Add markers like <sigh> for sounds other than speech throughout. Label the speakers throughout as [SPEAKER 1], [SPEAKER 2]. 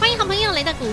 [SPEAKER 1] 欢迎好朋友来到股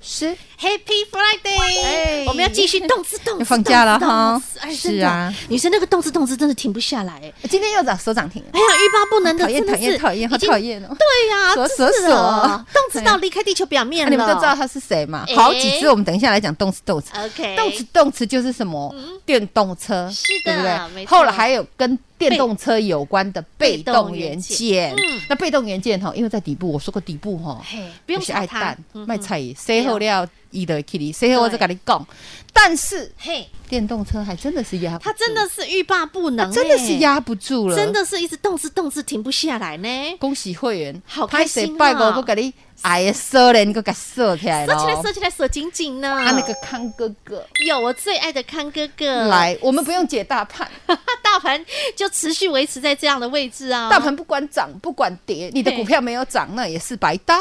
[SPEAKER 2] 师。
[SPEAKER 1] Happy Friday！、
[SPEAKER 2] 哎
[SPEAKER 1] 我们要继续动次动次，
[SPEAKER 2] 要放假了
[SPEAKER 1] 动次
[SPEAKER 2] 哈
[SPEAKER 1] 动次哎，
[SPEAKER 2] 是
[SPEAKER 1] 真
[SPEAKER 2] 啊
[SPEAKER 1] 的，女生那个动次动次真的停不下来，哎，
[SPEAKER 2] 今天又涨手涨停，
[SPEAKER 1] 哎呀，欲罢不能的，
[SPEAKER 2] 讨厌
[SPEAKER 1] 真
[SPEAKER 2] 讨
[SPEAKER 1] 的
[SPEAKER 2] 厌
[SPEAKER 1] 是
[SPEAKER 2] 讨厌，好
[SPEAKER 1] 已经
[SPEAKER 2] 讨厌哦！
[SPEAKER 1] 对呀，
[SPEAKER 2] 锁
[SPEAKER 1] 真是
[SPEAKER 2] 锁
[SPEAKER 1] 的
[SPEAKER 2] 锁
[SPEAKER 1] 动次到
[SPEAKER 2] 哎
[SPEAKER 1] 离开地球表面
[SPEAKER 2] 啊
[SPEAKER 1] 了，
[SPEAKER 2] <laughs> 你们都知道他是谁嘛？
[SPEAKER 1] 哎
[SPEAKER 2] 好几次，我们等一下来讲动词动词。
[SPEAKER 1] OK，嗯
[SPEAKER 2] 动词动词就是什么？电动车，
[SPEAKER 1] 是的
[SPEAKER 2] 对不
[SPEAKER 1] 没
[SPEAKER 2] 对？
[SPEAKER 1] 错
[SPEAKER 2] 后来还有跟电动车有关的被动
[SPEAKER 1] 被动
[SPEAKER 2] 元件
[SPEAKER 1] 元件嗯。
[SPEAKER 2] 那被动元件哈，因为在底部，我说过底部哈，
[SPEAKER 1] 嘿，不用
[SPEAKER 2] 就是
[SPEAKER 1] 炒
[SPEAKER 2] 爱
[SPEAKER 1] 它
[SPEAKER 2] 蛋，
[SPEAKER 1] 嗯
[SPEAKER 2] 卖
[SPEAKER 1] 嗯
[SPEAKER 2] 菜叶，谁后料伊的 kitty，谁后我再跟你讲，但是
[SPEAKER 1] 嘿，
[SPEAKER 2] 电动车还真的是压不住，
[SPEAKER 1] 它真的是欲罢不能，
[SPEAKER 2] 真的是
[SPEAKER 1] 哎
[SPEAKER 2] 压不住了，
[SPEAKER 1] 真。的是一直动次动次停不下来呢。
[SPEAKER 2] 恭喜会员，
[SPEAKER 1] 好
[SPEAKER 2] 拍
[SPEAKER 1] 开心
[SPEAKER 2] 谁
[SPEAKER 1] 啊
[SPEAKER 2] 拜我我给你哎呀，收了你给我收起来
[SPEAKER 1] 锁起来，
[SPEAKER 2] 咯
[SPEAKER 1] 锁起来，锁紧紧呢。
[SPEAKER 2] 啊，那个康哥哥，
[SPEAKER 1] 有我最爱的康哥哥，
[SPEAKER 2] 来，我们不用解大盘，
[SPEAKER 1] 那 <laughs> 大盘就持续维持在这样的位置啊。
[SPEAKER 2] 大盘不管涨不管跌，你的
[SPEAKER 1] 嘿
[SPEAKER 2] 股票没有涨，那也是白
[SPEAKER 1] <laughs>
[SPEAKER 2] 搭。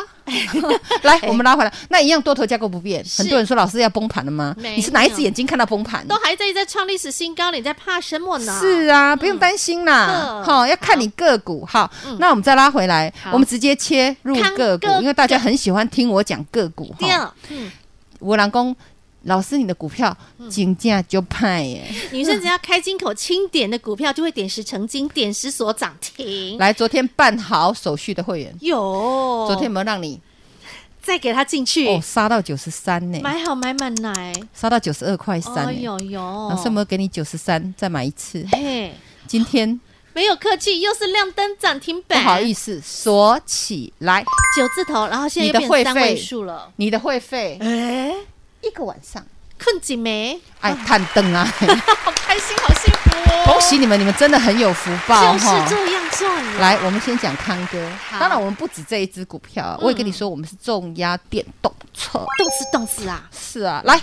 [SPEAKER 2] 来，我们拉回来，那一样多头架构不变。
[SPEAKER 1] 是
[SPEAKER 2] 很多人说老师要崩盘了吗？
[SPEAKER 1] 没
[SPEAKER 2] 你是哪一
[SPEAKER 1] 有
[SPEAKER 2] 只眼睛看到崩盘？
[SPEAKER 1] 都还在在创历史新高，你在怕什么呢？
[SPEAKER 2] 是啊，不用担心啦
[SPEAKER 1] 嗯。
[SPEAKER 2] 好，要看你个股。好
[SPEAKER 1] 嗯，
[SPEAKER 2] 那我们再拉回来
[SPEAKER 1] 好，
[SPEAKER 2] 我们直接切入
[SPEAKER 1] 看
[SPEAKER 2] 个股
[SPEAKER 1] 个，股
[SPEAKER 2] 因为大家很喜欢听我讲个股。
[SPEAKER 1] 第
[SPEAKER 2] 哈，
[SPEAKER 1] 二，嗯，
[SPEAKER 2] 我老公，老师你的股票金价就派耶，
[SPEAKER 1] 女生只要开金口轻点的股票，就会点石成金，点石所涨停。
[SPEAKER 2] 来，昨天办好手续的会员，
[SPEAKER 1] 有，哦
[SPEAKER 2] 昨天有没有让你
[SPEAKER 1] 再给他进去，
[SPEAKER 2] 哦杀到九十三呢，
[SPEAKER 1] 买好买满来。
[SPEAKER 2] 杀到九十二块
[SPEAKER 1] 哦
[SPEAKER 2] 三啊呢。
[SPEAKER 1] 呦呦，
[SPEAKER 2] 老师有没有给你九十三再买一次？
[SPEAKER 1] 嘿，
[SPEAKER 2] 今天
[SPEAKER 1] 没有客气，又是亮灯涨停
[SPEAKER 2] 不
[SPEAKER 1] 板，
[SPEAKER 2] 好意思锁起来，
[SPEAKER 1] 九字头，然后现在
[SPEAKER 2] 你
[SPEAKER 1] 又
[SPEAKER 2] 的
[SPEAKER 1] 变
[SPEAKER 2] 会
[SPEAKER 1] 成三位
[SPEAKER 2] 费
[SPEAKER 1] 数了。
[SPEAKER 2] 你的会费
[SPEAKER 1] 哎，
[SPEAKER 2] 一个晚上，
[SPEAKER 1] 困几枚，
[SPEAKER 2] 哎，探灯啊。
[SPEAKER 1] 好开心，好幸福 <laughs> 哦！
[SPEAKER 2] 恭喜你们，你们真的很有福报
[SPEAKER 1] 就是
[SPEAKER 2] 哈！
[SPEAKER 1] 这样赚了。
[SPEAKER 2] 哦来，我们先讲康哥
[SPEAKER 1] 好。
[SPEAKER 2] 当然，我们不止这一只股票啊，我也跟你说，我们是重压电动车。
[SPEAKER 1] 动词动词啊，
[SPEAKER 2] 是啊，来，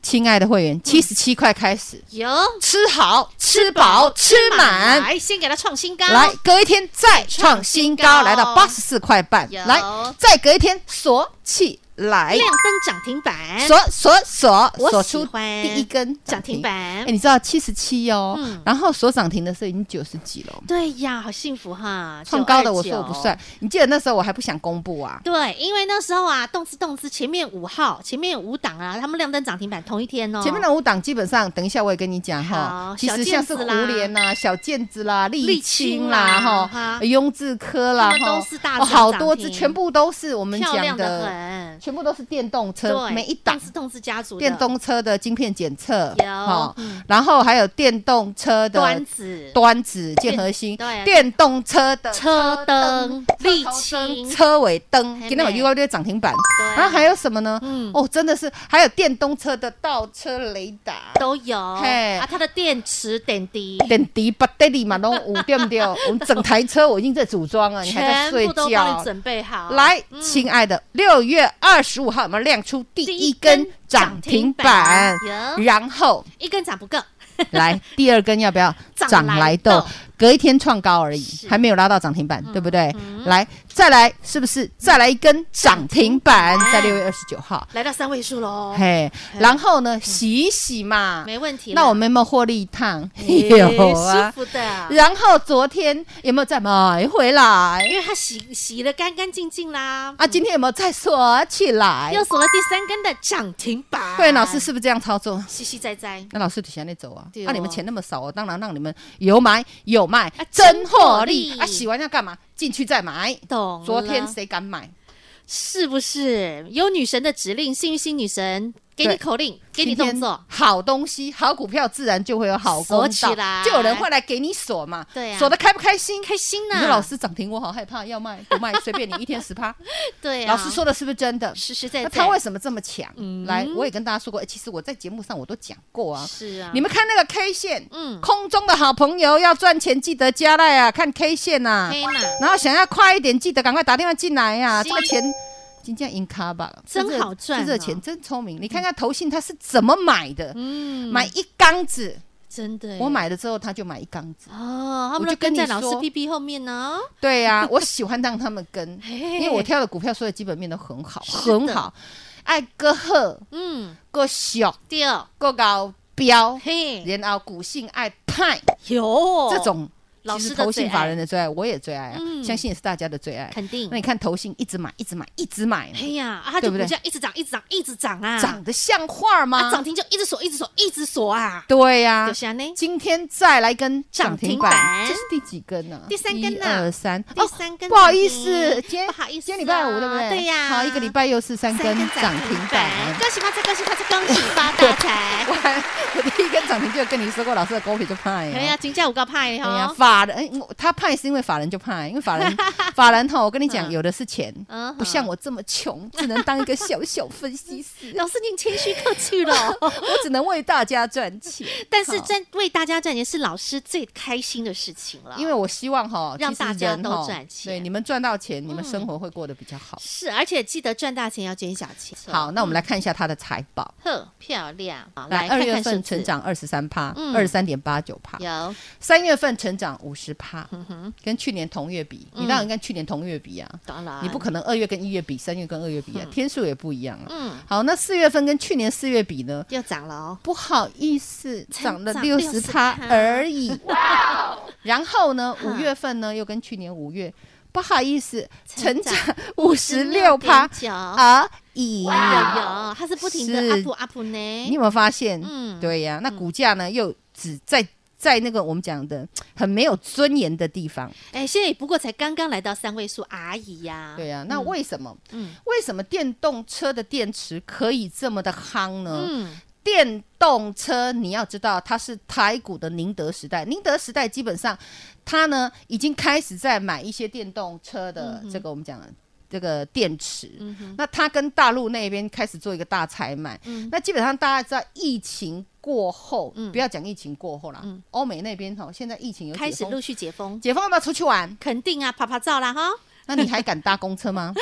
[SPEAKER 2] 亲爱的会
[SPEAKER 1] 嗯
[SPEAKER 2] 员，七十七块开始，
[SPEAKER 1] 有
[SPEAKER 2] 吃好、吃饱、吃满。
[SPEAKER 1] 来先给它创新高，
[SPEAKER 2] 来，隔一天再创
[SPEAKER 1] 创
[SPEAKER 2] 新
[SPEAKER 1] 新高
[SPEAKER 2] 高，来到八十四块半。
[SPEAKER 1] 有
[SPEAKER 2] 来，再隔一天锁起来
[SPEAKER 1] 亮，灯涨停板，
[SPEAKER 2] 锁锁锁
[SPEAKER 1] 我
[SPEAKER 2] 锁
[SPEAKER 1] 喜
[SPEAKER 2] 出
[SPEAKER 1] 欢
[SPEAKER 2] 第一根
[SPEAKER 1] 涨停。板
[SPEAKER 2] 哎，，你知道七十七哦
[SPEAKER 1] 嗯，
[SPEAKER 2] 然后锁涨停的时候已经九十几了。
[SPEAKER 1] 对呀，好幸福哈！
[SPEAKER 2] 创高的
[SPEAKER 1] 929
[SPEAKER 2] 我说我不算。，你记得那时候我还不想公布啊。
[SPEAKER 1] 对，因为那时候啊，动词动词前面五号，前面有五档啊，他们亮灯涨停板同一天哦。
[SPEAKER 2] 前面的五档基本上，等一下我也跟你讲哈
[SPEAKER 1] 好。
[SPEAKER 2] 其实
[SPEAKER 1] 小毽
[SPEAKER 2] 像
[SPEAKER 1] 子
[SPEAKER 2] 是
[SPEAKER 1] 啦
[SPEAKER 2] 胡莲啦、小毽子啦、沥青
[SPEAKER 1] 沥青
[SPEAKER 2] 啦、
[SPEAKER 1] 啦哈
[SPEAKER 2] 哈、呃雍智科啦，
[SPEAKER 1] 他们
[SPEAKER 2] 哈
[SPEAKER 1] 都是大
[SPEAKER 2] 哦
[SPEAKER 1] 涨
[SPEAKER 2] 好多
[SPEAKER 1] 涨
[SPEAKER 2] 只，
[SPEAKER 1] 停
[SPEAKER 2] 全部都是我们
[SPEAKER 1] 漂亮
[SPEAKER 2] 讲
[SPEAKER 1] 的
[SPEAKER 2] 的，
[SPEAKER 1] 很，
[SPEAKER 2] 全部都是电动车，
[SPEAKER 1] 对，
[SPEAKER 2] 每一档
[SPEAKER 1] 动词动词家族的
[SPEAKER 2] 电动车的晶片检测
[SPEAKER 1] 有，
[SPEAKER 2] 哈
[SPEAKER 1] 嗯
[SPEAKER 2] 然后还有电动车的
[SPEAKER 1] 端子、
[SPEAKER 2] 端子、建核心
[SPEAKER 1] 对、啊
[SPEAKER 2] 电动车的
[SPEAKER 1] 车灯、沥青，
[SPEAKER 2] 车尾灯，
[SPEAKER 1] 嘿
[SPEAKER 2] 今天有
[SPEAKER 1] 妹
[SPEAKER 2] U I 涨停板
[SPEAKER 1] 对，
[SPEAKER 2] 然后还有什么呢？
[SPEAKER 1] 嗯
[SPEAKER 2] 哦，真的是还有电动车的倒车雷达。
[SPEAKER 1] 都有。
[SPEAKER 2] 嘿
[SPEAKER 1] 啊，它的电池点滴
[SPEAKER 2] 点滴不得里嘛，拢有对不
[SPEAKER 1] <laughs>
[SPEAKER 2] 对？我们整台车我已经在组装了，你还在
[SPEAKER 1] 全
[SPEAKER 2] 睡
[SPEAKER 1] 部都帮你
[SPEAKER 2] 觉。
[SPEAKER 1] 准备好。
[SPEAKER 2] 来，
[SPEAKER 1] 嗯
[SPEAKER 2] 亲爱的，六月二十五号有没有亮出第
[SPEAKER 1] 第一
[SPEAKER 2] 一
[SPEAKER 1] 根
[SPEAKER 2] 根涨停板
[SPEAKER 1] 涨停板？有
[SPEAKER 2] 然后
[SPEAKER 1] 一根涨不够，
[SPEAKER 2] 来第二根要不要
[SPEAKER 1] 涨
[SPEAKER 2] 涨
[SPEAKER 1] 来
[SPEAKER 2] 来
[SPEAKER 1] 斗
[SPEAKER 2] 斗？隔一天创高而已
[SPEAKER 1] 是，嗯
[SPEAKER 2] 还没有拉到涨停板，对不对？来，再来，是不是再来一根涨停板
[SPEAKER 1] 涨停？板
[SPEAKER 2] 在六月二十九号。
[SPEAKER 1] 来到三位数喽，
[SPEAKER 2] 嘿，然后呢，洗一洗嘛，
[SPEAKER 1] 哦嗯没问题了。
[SPEAKER 2] 那我们有没有获利一趟？
[SPEAKER 1] 嘿
[SPEAKER 2] <laughs> 有啊
[SPEAKER 1] 啊舒。服的，
[SPEAKER 2] 然后昨天有没有再买回来
[SPEAKER 1] 因？为它洗洗的干干净净啦。
[SPEAKER 2] 啊，今天有没有再锁起来
[SPEAKER 1] 嗯又？锁了第三根的涨停板。
[SPEAKER 2] 会员老师是不是这样操作？
[SPEAKER 1] 细细哉哉，
[SPEAKER 2] 那老师底下那走啊
[SPEAKER 1] 对？哦
[SPEAKER 2] 那你们钱那么少，我当然让你们有买有卖
[SPEAKER 1] 啊，
[SPEAKER 2] 真获利
[SPEAKER 1] 真获利
[SPEAKER 2] 啊！洗完要干嘛？进去再买。
[SPEAKER 1] 懂了？
[SPEAKER 2] 昨天谁敢买？
[SPEAKER 1] 是不是有女神的指令？幸运星女神给你
[SPEAKER 2] 对
[SPEAKER 1] 口令，给你动作，，
[SPEAKER 2] 好东西、好股票自然就会有好
[SPEAKER 1] 锁
[SPEAKER 2] 公
[SPEAKER 1] 起
[SPEAKER 2] 道
[SPEAKER 1] 来，
[SPEAKER 2] 就有人会来给你锁嘛。
[SPEAKER 1] 对啊
[SPEAKER 2] 锁的开不开心？
[SPEAKER 1] 开心啊呐、
[SPEAKER 2] 你说老师涨停，我好害怕，要卖不卖随便你，一天十趴。
[SPEAKER 1] 对啊，
[SPEAKER 2] 老师说的是不是真的？
[SPEAKER 1] 实实在
[SPEAKER 2] 那
[SPEAKER 1] 在，
[SPEAKER 2] 他为什么这么强
[SPEAKER 1] 嗯？
[SPEAKER 2] 来，我也跟大家说过，诶其实我在节目上我都讲过啊。
[SPEAKER 1] 是啊，
[SPEAKER 2] 你们看那个 K 线，
[SPEAKER 1] 嗯，
[SPEAKER 2] 空中的好朋友要赚钱记得加赖啊，看 K 线呐、
[SPEAKER 1] 黑呐，
[SPEAKER 2] 然后想要快一点，记得赶快打电话进来呀、
[SPEAKER 1] 是
[SPEAKER 2] 这个钱金价银卡吧，
[SPEAKER 1] 真
[SPEAKER 2] 这个
[SPEAKER 1] 好赚哦
[SPEAKER 2] 这个钱真聪明。你看看投信它是怎么买的？
[SPEAKER 1] 嗯，
[SPEAKER 2] 买一缸子，
[SPEAKER 1] 真的耶，
[SPEAKER 2] 我买了之后他就买一缸子。
[SPEAKER 1] 哦，他
[SPEAKER 2] 我
[SPEAKER 1] 们
[SPEAKER 2] 就
[SPEAKER 1] 都跟
[SPEAKER 2] 跟
[SPEAKER 1] 在
[SPEAKER 2] 你
[SPEAKER 1] 老师
[SPEAKER 2] 说
[SPEAKER 1] P P 后面哦呢，
[SPEAKER 2] 对呀、
[SPEAKER 1] <laughs>
[SPEAKER 2] 我喜欢让他们跟，因为我挑的股票所有基本面都很好，
[SPEAKER 1] 是的
[SPEAKER 2] 很好。爱个好，
[SPEAKER 1] 嗯，
[SPEAKER 2] 个小，
[SPEAKER 1] 第二，
[SPEAKER 2] 个高标，
[SPEAKER 1] 嘿，
[SPEAKER 2] 然后股性爱派，
[SPEAKER 1] 有
[SPEAKER 2] 这种
[SPEAKER 1] 哦老
[SPEAKER 2] 其实
[SPEAKER 1] 师的
[SPEAKER 2] 投
[SPEAKER 1] 最
[SPEAKER 2] 信法
[SPEAKER 1] 爱
[SPEAKER 2] 人的最爱，我也最爱啊，
[SPEAKER 1] 嗯
[SPEAKER 2] 相信也是大家的最爱。
[SPEAKER 1] 肯定
[SPEAKER 2] 那，你看投信一直买，一直买，一直买呢，
[SPEAKER 1] 嘿呀，啊，他
[SPEAKER 2] 对
[SPEAKER 1] 就
[SPEAKER 2] 不
[SPEAKER 1] 股
[SPEAKER 2] 对
[SPEAKER 1] 价一直涨，一直涨，一直涨啊，
[SPEAKER 2] 长得像话
[SPEAKER 1] 啊，涨
[SPEAKER 2] 吗？
[SPEAKER 1] 停就一直锁，一直锁，一直锁啊，
[SPEAKER 2] 对呀
[SPEAKER 1] 就，是呢，
[SPEAKER 2] 今天再来跟
[SPEAKER 1] 涨
[SPEAKER 2] 涨
[SPEAKER 1] 停
[SPEAKER 2] 停板
[SPEAKER 1] 板，
[SPEAKER 2] 这是第几根呢？
[SPEAKER 1] 第三根
[SPEAKER 2] 一
[SPEAKER 1] 呢
[SPEAKER 2] 二三，
[SPEAKER 1] 第
[SPEAKER 2] 哦，
[SPEAKER 1] 三根
[SPEAKER 2] 不好
[SPEAKER 1] 涨
[SPEAKER 2] 意
[SPEAKER 1] 停
[SPEAKER 2] 思，今天
[SPEAKER 1] 不好意思啊，
[SPEAKER 2] 今天礼拜五对不对？
[SPEAKER 1] 对呀，
[SPEAKER 2] 好，一个礼拜又是三
[SPEAKER 1] 三
[SPEAKER 2] 根涨停板。
[SPEAKER 1] 恭喜发财，恭喜发财，恭喜发大
[SPEAKER 2] <laughs>
[SPEAKER 1] 财
[SPEAKER 2] 我！还我第一根涨停就跟你说过，老师的狗腿就怕
[SPEAKER 1] 哎呀，
[SPEAKER 2] 呀。
[SPEAKER 1] 金价五高派
[SPEAKER 2] 哎呀
[SPEAKER 1] 哈，，
[SPEAKER 2] 法人，哎，我他怕是因为法人就怕，因为
[SPEAKER 1] <laughs>
[SPEAKER 2] 法人，法人哈，我跟你讲，
[SPEAKER 1] 嗯
[SPEAKER 2] 有的是钱，
[SPEAKER 1] 嗯哼
[SPEAKER 2] 不像我这么穷，只能当一个小小分析师， <laughs>
[SPEAKER 1] 老师您谦虚客气了，
[SPEAKER 2] 我只能为大家赚
[SPEAKER 1] <laughs>
[SPEAKER 2] 钱。
[SPEAKER 1] 但是
[SPEAKER 2] 好
[SPEAKER 1] 在为大家赚钱是老师最开心的事情了，
[SPEAKER 2] 因为我希望哈，
[SPEAKER 1] 让
[SPEAKER 2] 其实
[SPEAKER 1] 大家
[SPEAKER 2] 人
[SPEAKER 1] 都
[SPEAKER 2] 哈
[SPEAKER 1] 赚钱嗯
[SPEAKER 2] 对，你们赚到钱，你们生活会过得比较好。
[SPEAKER 1] 是，而且记得赚大钱要捐小钱。
[SPEAKER 2] 好，那我们
[SPEAKER 1] 来，
[SPEAKER 2] 来看一下它的财报。
[SPEAKER 1] 呵，漂亮，嗯好
[SPEAKER 2] 来，
[SPEAKER 1] 来
[SPEAKER 2] 二
[SPEAKER 1] 看
[SPEAKER 2] 月
[SPEAKER 1] 看数
[SPEAKER 2] 份
[SPEAKER 1] 字
[SPEAKER 2] 成长二十三趴，
[SPEAKER 1] 嗯
[SPEAKER 2] 二十三点八九趴；
[SPEAKER 1] 有，
[SPEAKER 2] 三月份成长五十趴，
[SPEAKER 1] 嗯哼，
[SPEAKER 2] 跟去年同月比，
[SPEAKER 1] 嗯
[SPEAKER 2] 你当然跟去年同月比啊，
[SPEAKER 1] 当然
[SPEAKER 2] 你不，可能二月跟一月比，三月跟二月比啊，天数也不一样啊。
[SPEAKER 1] 嗯，
[SPEAKER 2] 好，那四月份跟去年四月比呢？
[SPEAKER 1] 又涨了哦，
[SPEAKER 2] 不好意思，涨了
[SPEAKER 1] 成长
[SPEAKER 2] 六十趴
[SPEAKER 1] 60%
[SPEAKER 2] 而
[SPEAKER 1] <laughs>
[SPEAKER 2] 已。
[SPEAKER 1] 哦
[SPEAKER 2] 然后呢，
[SPEAKER 1] 嗯
[SPEAKER 2] 五月份呢又跟去年五月，不好意思，
[SPEAKER 1] 成
[SPEAKER 2] 成
[SPEAKER 1] 长
[SPEAKER 2] 长五十六趴
[SPEAKER 1] 九，
[SPEAKER 2] 而已。
[SPEAKER 1] 哇有，它是不停的
[SPEAKER 2] 啊是
[SPEAKER 1] up up
[SPEAKER 2] 你有
[SPEAKER 1] 呢，
[SPEAKER 2] 没有发现？
[SPEAKER 1] 嗯
[SPEAKER 2] 对呀、那股价呢又只在在那个我们讲的很没有尊严的地方。
[SPEAKER 1] 哎，现在也不过才刚刚来到三位数而已呀，
[SPEAKER 2] 对呀、那
[SPEAKER 1] 嗯
[SPEAKER 2] 为什么？
[SPEAKER 1] 嗯
[SPEAKER 2] 为什么电动车的电池可以这么的夯呢？
[SPEAKER 1] 嗯，
[SPEAKER 2] 电动车，你要知道它是台股的宁德时代，宁德时代基本上它呢已经开始在买一些电动车的这个我们讲的这个电池。
[SPEAKER 1] 嗯哼
[SPEAKER 2] 那它跟大陆那边开始做一个大采买，
[SPEAKER 1] 嗯
[SPEAKER 2] 那基本上大家知道疫情过后，
[SPEAKER 1] 嗯
[SPEAKER 2] 不要讲疫情过后啦
[SPEAKER 1] 嗯，
[SPEAKER 2] 欧、美那边哈现在疫情有
[SPEAKER 1] 开
[SPEAKER 2] 解
[SPEAKER 1] 始陆
[SPEAKER 2] 封，
[SPEAKER 1] 续解封，
[SPEAKER 2] 解封要不要出去玩？
[SPEAKER 1] 肯定啊，啪啪照啦哈，
[SPEAKER 2] 那你还敢搭公
[SPEAKER 1] <laughs>
[SPEAKER 2] 车吗？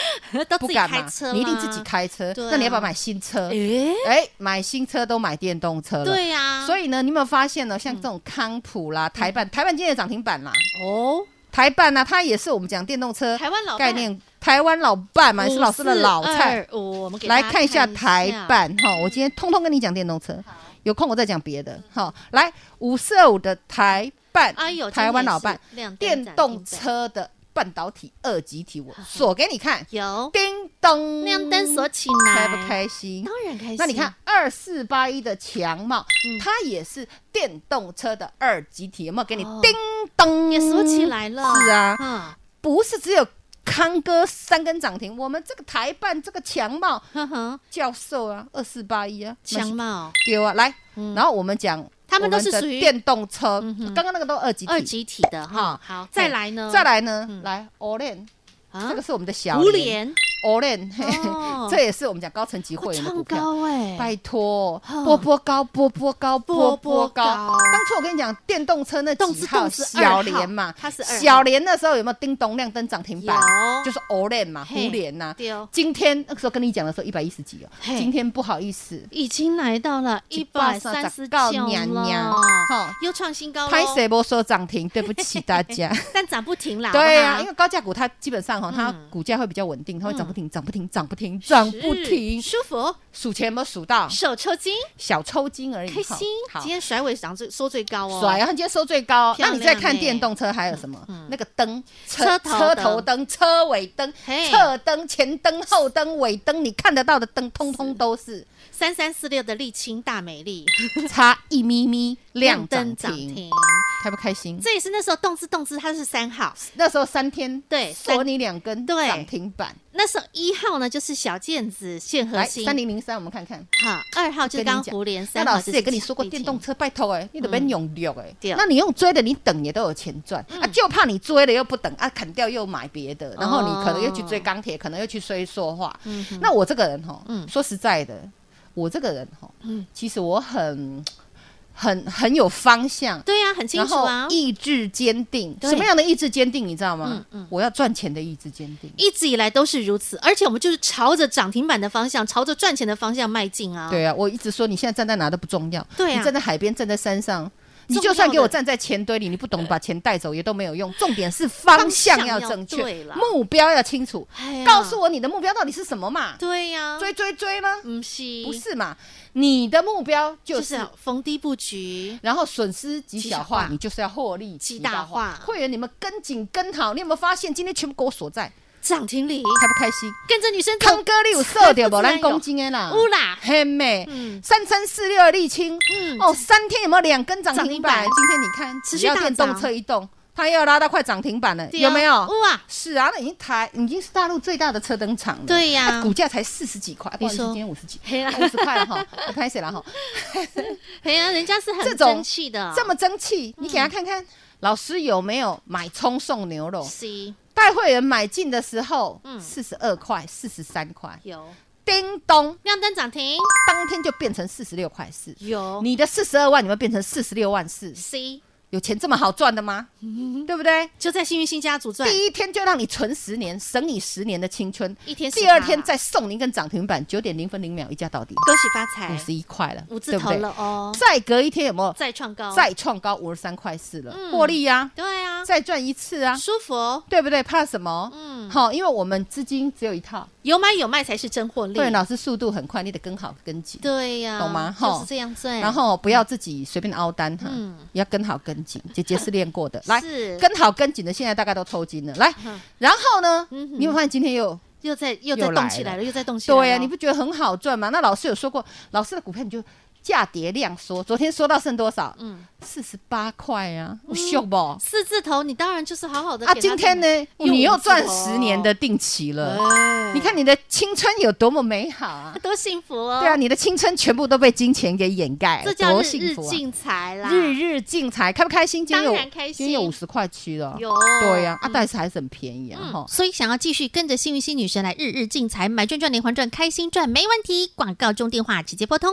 [SPEAKER 1] 都自
[SPEAKER 2] 不
[SPEAKER 1] 己
[SPEAKER 2] 敢
[SPEAKER 1] 开
[SPEAKER 2] 嘛
[SPEAKER 1] 车，吗，啊
[SPEAKER 2] 你一定自己开车。
[SPEAKER 1] 对啊
[SPEAKER 2] 那你要不要买新车？
[SPEAKER 1] 哎，
[SPEAKER 2] 哎、买新车都买电动车了。
[SPEAKER 1] 对啊呀，
[SPEAKER 2] 所
[SPEAKER 1] 以
[SPEAKER 2] 以呢，你有没有发现呢？像这种康普
[SPEAKER 1] 嗯
[SPEAKER 2] 啦、台办，台办今天也涨停板啦，
[SPEAKER 1] 哦，
[SPEAKER 2] 台办呢、它也是我们讲电动车
[SPEAKER 1] 台湾老
[SPEAKER 2] 概念，台湾老办嘛，也是老师的老菜。
[SPEAKER 1] 5425，我们给
[SPEAKER 2] 来
[SPEAKER 1] 大家
[SPEAKER 2] 看一下
[SPEAKER 1] 一
[SPEAKER 2] 台
[SPEAKER 1] 下，嗯
[SPEAKER 2] 办哈，我今天通通跟你讲电动车，有空我再讲别的。好，来五四二五的台办，
[SPEAKER 1] 哎呦，
[SPEAKER 2] 台湾老办
[SPEAKER 1] 今天也嗯是亮灯展
[SPEAKER 2] 电动
[SPEAKER 1] 停板
[SPEAKER 2] 车的半导体二级体，我锁给你看，
[SPEAKER 1] 有
[SPEAKER 2] 叮咚，
[SPEAKER 1] 亮灯锁起
[SPEAKER 2] 开
[SPEAKER 1] 来，
[SPEAKER 2] 不？开心？
[SPEAKER 1] 当然开心。
[SPEAKER 2] 那你看，二四八一的强茂，
[SPEAKER 1] 哎嗯
[SPEAKER 2] 它也是电动车的二级体，有没有给你
[SPEAKER 1] 哦
[SPEAKER 2] 叮咚
[SPEAKER 1] 也锁起？来了，
[SPEAKER 2] 是啊
[SPEAKER 1] 啊，
[SPEAKER 2] 不是只有康哥三根涨停，我们这个台办这个强茂
[SPEAKER 1] 哼哼，
[SPEAKER 2] 教授啊，二四八一啊，
[SPEAKER 1] 强茂
[SPEAKER 2] 丢啊，来，
[SPEAKER 1] 嗯
[SPEAKER 2] 然后我们讲，
[SPEAKER 1] 他们都是
[SPEAKER 2] 我的
[SPEAKER 1] 属于
[SPEAKER 2] 电动车
[SPEAKER 1] 嗯哼，
[SPEAKER 2] 刚刚那个都二级
[SPEAKER 1] 二
[SPEAKER 2] 体。
[SPEAKER 1] 级体的哈
[SPEAKER 2] 哈。
[SPEAKER 1] 好，
[SPEAKER 2] 嘿
[SPEAKER 1] 再来呢？
[SPEAKER 2] 再来呢
[SPEAKER 1] 嗯，
[SPEAKER 2] 来 Olen，
[SPEAKER 1] 啊
[SPEAKER 2] 这个，是我们的小
[SPEAKER 1] 五连
[SPEAKER 2] Olen，嘿
[SPEAKER 1] 哦
[SPEAKER 2] 这也是我们讲高层级会员的
[SPEAKER 1] 创
[SPEAKER 2] 股票。
[SPEAKER 1] 高哎，
[SPEAKER 2] 拜托
[SPEAKER 1] 哼，
[SPEAKER 2] 波波高，波波高，波
[SPEAKER 1] 波波
[SPEAKER 2] 波高。
[SPEAKER 1] 高
[SPEAKER 2] 当初我跟你讲，电动车那
[SPEAKER 1] 动
[SPEAKER 2] 几
[SPEAKER 1] 次
[SPEAKER 2] 号
[SPEAKER 1] 动次二
[SPEAKER 2] 小
[SPEAKER 1] 号
[SPEAKER 2] 联嘛，
[SPEAKER 1] 它是二号
[SPEAKER 2] 小联那时候有没有叮咚亮灯涨停板
[SPEAKER 1] 有？
[SPEAKER 2] 就是 Olen 嘛，
[SPEAKER 1] 嘿
[SPEAKER 2] 胡联呐。
[SPEAKER 1] 丢，
[SPEAKER 2] 今天那个时候跟你讲的时候一百一十几哦，
[SPEAKER 1] 嘿
[SPEAKER 2] 今天不好意思，
[SPEAKER 1] 已经来到了一百三十
[SPEAKER 2] 130
[SPEAKER 1] 九
[SPEAKER 2] 到娘
[SPEAKER 1] 了
[SPEAKER 2] 娘，哈
[SPEAKER 1] 又创新高
[SPEAKER 2] 拍
[SPEAKER 1] 喽，
[SPEAKER 2] 谁波说涨停，对不起大
[SPEAKER 1] <laughs>
[SPEAKER 2] 家。
[SPEAKER 1] 但涨不停啦，
[SPEAKER 2] 对啊，
[SPEAKER 1] 好
[SPEAKER 2] 因
[SPEAKER 1] 不好
[SPEAKER 2] 为高价股它基本上哈，它
[SPEAKER 1] 嗯
[SPEAKER 2] 股价会比较稳定，它会涨不
[SPEAKER 1] 嗯
[SPEAKER 2] 停，涨不停，涨不停，涨不
[SPEAKER 1] 是
[SPEAKER 2] 停。
[SPEAKER 1] 舒服，
[SPEAKER 2] 数钱有没有数到？
[SPEAKER 1] 手抽筋，
[SPEAKER 2] 小抽筋而已。
[SPEAKER 1] 开
[SPEAKER 2] 哈
[SPEAKER 1] 心。
[SPEAKER 2] 好
[SPEAKER 1] 今。天甩尾涨最收最高哦，
[SPEAKER 2] 甩啊！它今天收最高。
[SPEAKER 1] 漂
[SPEAKER 2] 那
[SPEAKER 1] 亮
[SPEAKER 2] 你再看
[SPEAKER 1] 欸嗯
[SPEAKER 2] 电动车还有什么？那个灯，
[SPEAKER 1] 车头
[SPEAKER 2] 车
[SPEAKER 1] 灯
[SPEAKER 2] 头灯、车尾灯、
[SPEAKER 1] 嘿
[SPEAKER 2] 侧灯、前灯、后灯、尾灯，你看得到的灯，通通都是 <laughs>
[SPEAKER 1] 三三四六的沥青大美丽
[SPEAKER 2] 差一咪咪亮
[SPEAKER 1] 灯
[SPEAKER 2] 涨
[SPEAKER 1] 涨
[SPEAKER 2] 停。
[SPEAKER 1] 停，
[SPEAKER 2] 开不开心？
[SPEAKER 1] 这也是那时候动之动之，它是三号，
[SPEAKER 2] 那时候三天
[SPEAKER 1] 对
[SPEAKER 2] 锁
[SPEAKER 1] 三
[SPEAKER 2] 你两根
[SPEAKER 1] 对
[SPEAKER 2] 涨停板，
[SPEAKER 1] 那时候一号呢就是小毽子现核
[SPEAKER 2] 来
[SPEAKER 1] 心，
[SPEAKER 2] 三零零三，我们看看。
[SPEAKER 1] 好，二号就是
[SPEAKER 2] 跟你
[SPEAKER 1] 刚
[SPEAKER 2] 讲
[SPEAKER 1] 胡连，
[SPEAKER 2] 那
[SPEAKER 1] 三号
[SPEAKER 2] 老
[SPEAKER 1] 就
[SPEAKER 2] 师
[SPEAKER 1] 是
[SPEAKER 2] 也跟你说过，
[SPEAKER 1] 沥
[SPEAKER 2] 电
[SPEAKER 1] 青
[SPEAKER 2] 动车拜托哎、你得别用掉哎、
[SPEAKER 1] 对嗯
[SPEAKER 2] 那你用追的，你等也都有钱赚、啊，就怕你追了又不等啊，砍掉又买别的，
[SPEAKER 1] 哦
[SPEAKER 2] 然后你可能又去追钢铁，可能又去追说话。那我这个人哈，
[SPEAKER 1] 嗯
[SPEAKER 2] 说实在的，我这个人哈，
[SPEAKER 1] 嗯
[SPEAKER 2] 其实我很很很有方向。
[SPEAKER 1] 对呀、很清
[SPEAKER 2] 然
[SPEAKER 1] 楚
[SPEAKER 2] 后
[SPEAKER 1] 啊，
[SPEAKER 2] 意志坚定，
[SPEAKER 1] 对
[SPEAKER 2] 什么样的意志坚定，你知道吗？
[SPEAKER 1] 嗯嗯
[SPEAKER 2] 我要赚钱的意志坚定。
[SPEAKER 1] 一直以来都是如此，而且我们就是朝着涨停板的方向，朝着赚钱的方向迈进啊。
[SPEAKER 2] 对啊，我一直说你现在站在哪都不重要，
[SPEAKER 1] 对啊
[SPEAKER 2] 你站在海边，站在山上，你
[SPEAKER 1] 重
[SPEAKER 2] 就算
[SPEAKER 1] 要
[SPEAKER 2] 给我
[SPEAKER 1] 的
[SPEAKER 2] 站在钱堆里，你不懂把钱带走也都没有用。重点是方向要正
[SPEAKER 1] 方向要对
[SPEAKER 2] 确
[SPEAKER 1] 啦，
[SPEAKER 2] 目标要清楚，
[SPEAKER 1] 哎呀，
[SPEAKER 2] 告诉我你的目标到底是什么嘛？
[SPEAKER 1] 对啊呀、
[SPEAKER 2] 追追追吗？
[SPEAKER 1] 不是
[SPEAKER 2] 不是嘛？你的目标
[SPEAKER 1] 就
[SPEAKER 2] 就是是
[SPEAKER 1] 要逢低布局，
[SPEAKER 2] 然后损失极
[SPEAKER 1] 极
[SPEAKER 2] 小
[SPEAKER 1] 小
[SPEAKER 2] 化
[SPEAKER 1] 化，
[SPEAKER 2] 你就是要获利
[SPEAKER 1] 极
[SPEAKER 2] 极
[SPEAKER 1] 大
[SPEAKER 2] 大化。
[SPEAKER 1] 化
[SPEAKER 2] 会员，你们跟紧跟好，你有没有发现今天全部给我锁在，
[SPEAKER 1] 涨停里
[SPEAKER 2] 开不开心？
[SPEAKER 1] 跟着女生走
[SPEAKER 2] 康，哥，你有射掉无？
[SPEAKER 1] 自然
[SPEAKER 2] 咱
[SPEAKER 1] 有
[SPEAKER 2] 公斤的啦，
[SPEAKER 1] 乌啦，
[SPEAKER 2] 嘿妹
[SPEAKER 1] 嗯，
[SPEAKER 2] 三三四六的沥青，
[SPEAKER 1] 嗯
[SPEAKER 2] 哦，三天有没有两根涨
[SPEAKER 1] 涨停
[SPEAKER 2] 停
[SPEAKER 1] 板
[SPEAKER 2] 板？今天你看，
[SPEAKER 1] 持
[SPEAKER 2] 只
[SPEAKER 1] 续大
[SPEAKER 2] 要
[SPEAKER 1] 涨
[SPEAKER 2] 电动车一动，它又要拉到快涨停板了，
[SPEAKER 1] 对啊
[SPEAKER 2] 有没有？
[SPEAKER 1] 乌啊，
[SPEAKER 2] 是啊，那已经台已经是大陆最大的车灯厂了，
[SPEAKER 1] 对呀
[SPEAKER 2] 啊股价才四十几块，不好意思
[SPEAKER 1] 你说
[SPEAKER 2] 今天五十几，啊
[SPEAKER 1] 嘿啦
[SPEAKER 2] 五十块哈， <laughs> 拍谁了哈？
[SPEAKER 1] 哎呀，人家是
[SPEAKER 2] 这
[SPEAKER 1] 很
[SPEAKER 2] 种
[SPEAKER 1] 争气的，嗯
[SPEAKER 2] 这么争气，你给他看看，老师有没有买葱送牛肉？
[SPEAKER 1] C
[SPEAKER 2] 带会员买进的时候
[SPEAKER 1] 嗯，
[SPEAKER 2] 四十二块、四十三块，
[SPEAKER 1] 有
[SPEAKER 2] 叮咚，
[SPEAKER 1] 亮灯涨停
[SPEAKER 2] 当天就变成四十六块四。
[SPEAKER 1] 有
[SPEAKER 2] 你的四十二万，你们变成四十六万四，
[SPEAKER 1] C
[SPEAKER 2] 有钱这么好赚的吗？
[SPEAKER 1] 嗯
[SPEAKER 2] 对不对？
[SPEAKER 1] 就在幸运星家族赚，
[SPEAKER 2] 第一天就让你存十年，省你十年的青春。
[SPEAKER 1] 一天10
[SPEAKER 2] 第二
[SPEAKER 1] 趴
[SPEAKER 2] 天再送你一根涨停板，九点零分零秒一价到底，
[SPEAKER 1] 恭喜发财，
[SPEAKER 2] 五十一块了，
[SPEAKER 1] 五字
[SPEAKER 2] 对不
[SPEAKER 1] 头
[SPEAKER 2] 对
[SPEAKER 1] 了哦，
[SPEAKER 2] 再隔一天有没有
[SPEAKER 1] 再创高，
[SPEAKER 2] 再创高五十三块四了
[SPEAKER 1] 嗯，
[SPEAKER 2] 获利呀，
[SPEAKER 1] 对啊，
[SPEAKER 2] 再赚一次啊，
[SPEAKER 1] 舒服哦，
[SPEAKER 2] 对不对？怕什么？
[SPEAKER 1] 嗯，
[SPEAKER 2] 好，因为我们资金只有一套，
[SPEAKER 1] 有买有卖才是真获利，
[SPEAKER 2] 会员老师速度很快，你得跟好跟紧。
[SPEAKER 1] 对呀，
[SPEAKER 2] 懂吗
[SPEAKER 1] 就
[SPEAKER 2] 吼
[SPEAKER 1] 是这样赚，
[SPEAKER 2] 然后不要自己随便凹单哈
[SPEAKER 1] 嗯，
[SPEAKER 2] 要跟好跟紧。姐姐是
[SPEAKER 1] <laughs>
[SPEAKER 2] 练过的，来
[SPEAKER 1] 是
[SPEAKER 2] 跟好跟紧的，现在大概都抽筋了。来
[SPEAKER 1] 嗯，
[SPEAKER 2] 然后呢，
[SPEAKER 1] 嗯哼
[SPEAKER 2] 你有没有发现今天又
[SPEAKER 1] 又在又在
[SPEAKER 2] 又来
[SPEAKER 1] 动起来了，又在动起来了，
[SPEAKER 2] 对啊呀，你不觉得很好赚吗？那老师有说过，老师的股票你就价跌量缩，昨天缩到剩多少？
[SPEAKER 1] 嗯
[SPEAKER 2] 四十八块啊，我秀不？
[SPEAKER 1] 四字头，你当然就是好好的
[SPEAKER 2] 啊，今天呢，你又赚十年的，定期了。
[SPEAKER 1] 哎
[SPEAKER 2] 你看你的青春有多么美好啊！
[SPEAKER 1] <laughs> 多幸福哦，
[SPEAKER 2] 对啊，，你的青春全部都被金钱给掩盖
[SPEAKER 1] 这
[SPEAKER 2] 了，
[SPEAKER 1] 叫
[SPEAKER 2] 多
[SPEAKER 1] 日
[SPEAKER 2] 幸
[SPEAKER 1] 日
[SPEAKER 2] 福啊！
[SPEAKER 1] 进财啦，
[SPEAKER 2] 日日进财，开不开心？今天有
[SPEAKER 1] 当然开心
[SPEAKER 2] 今天有五十块七了，
[SPEAKER 1] 有
[SPEAKER 2] 对呀、啊，
[SPEAKER 1] 嗯
[SPEAKER 2] 但是还是很便宜啊，哈、
[SPEAKER 1] 所以想要继续跟着幸运星女神来日日进财，买赚赚连环赚，开心赚没问题。广告中电话直接拨通，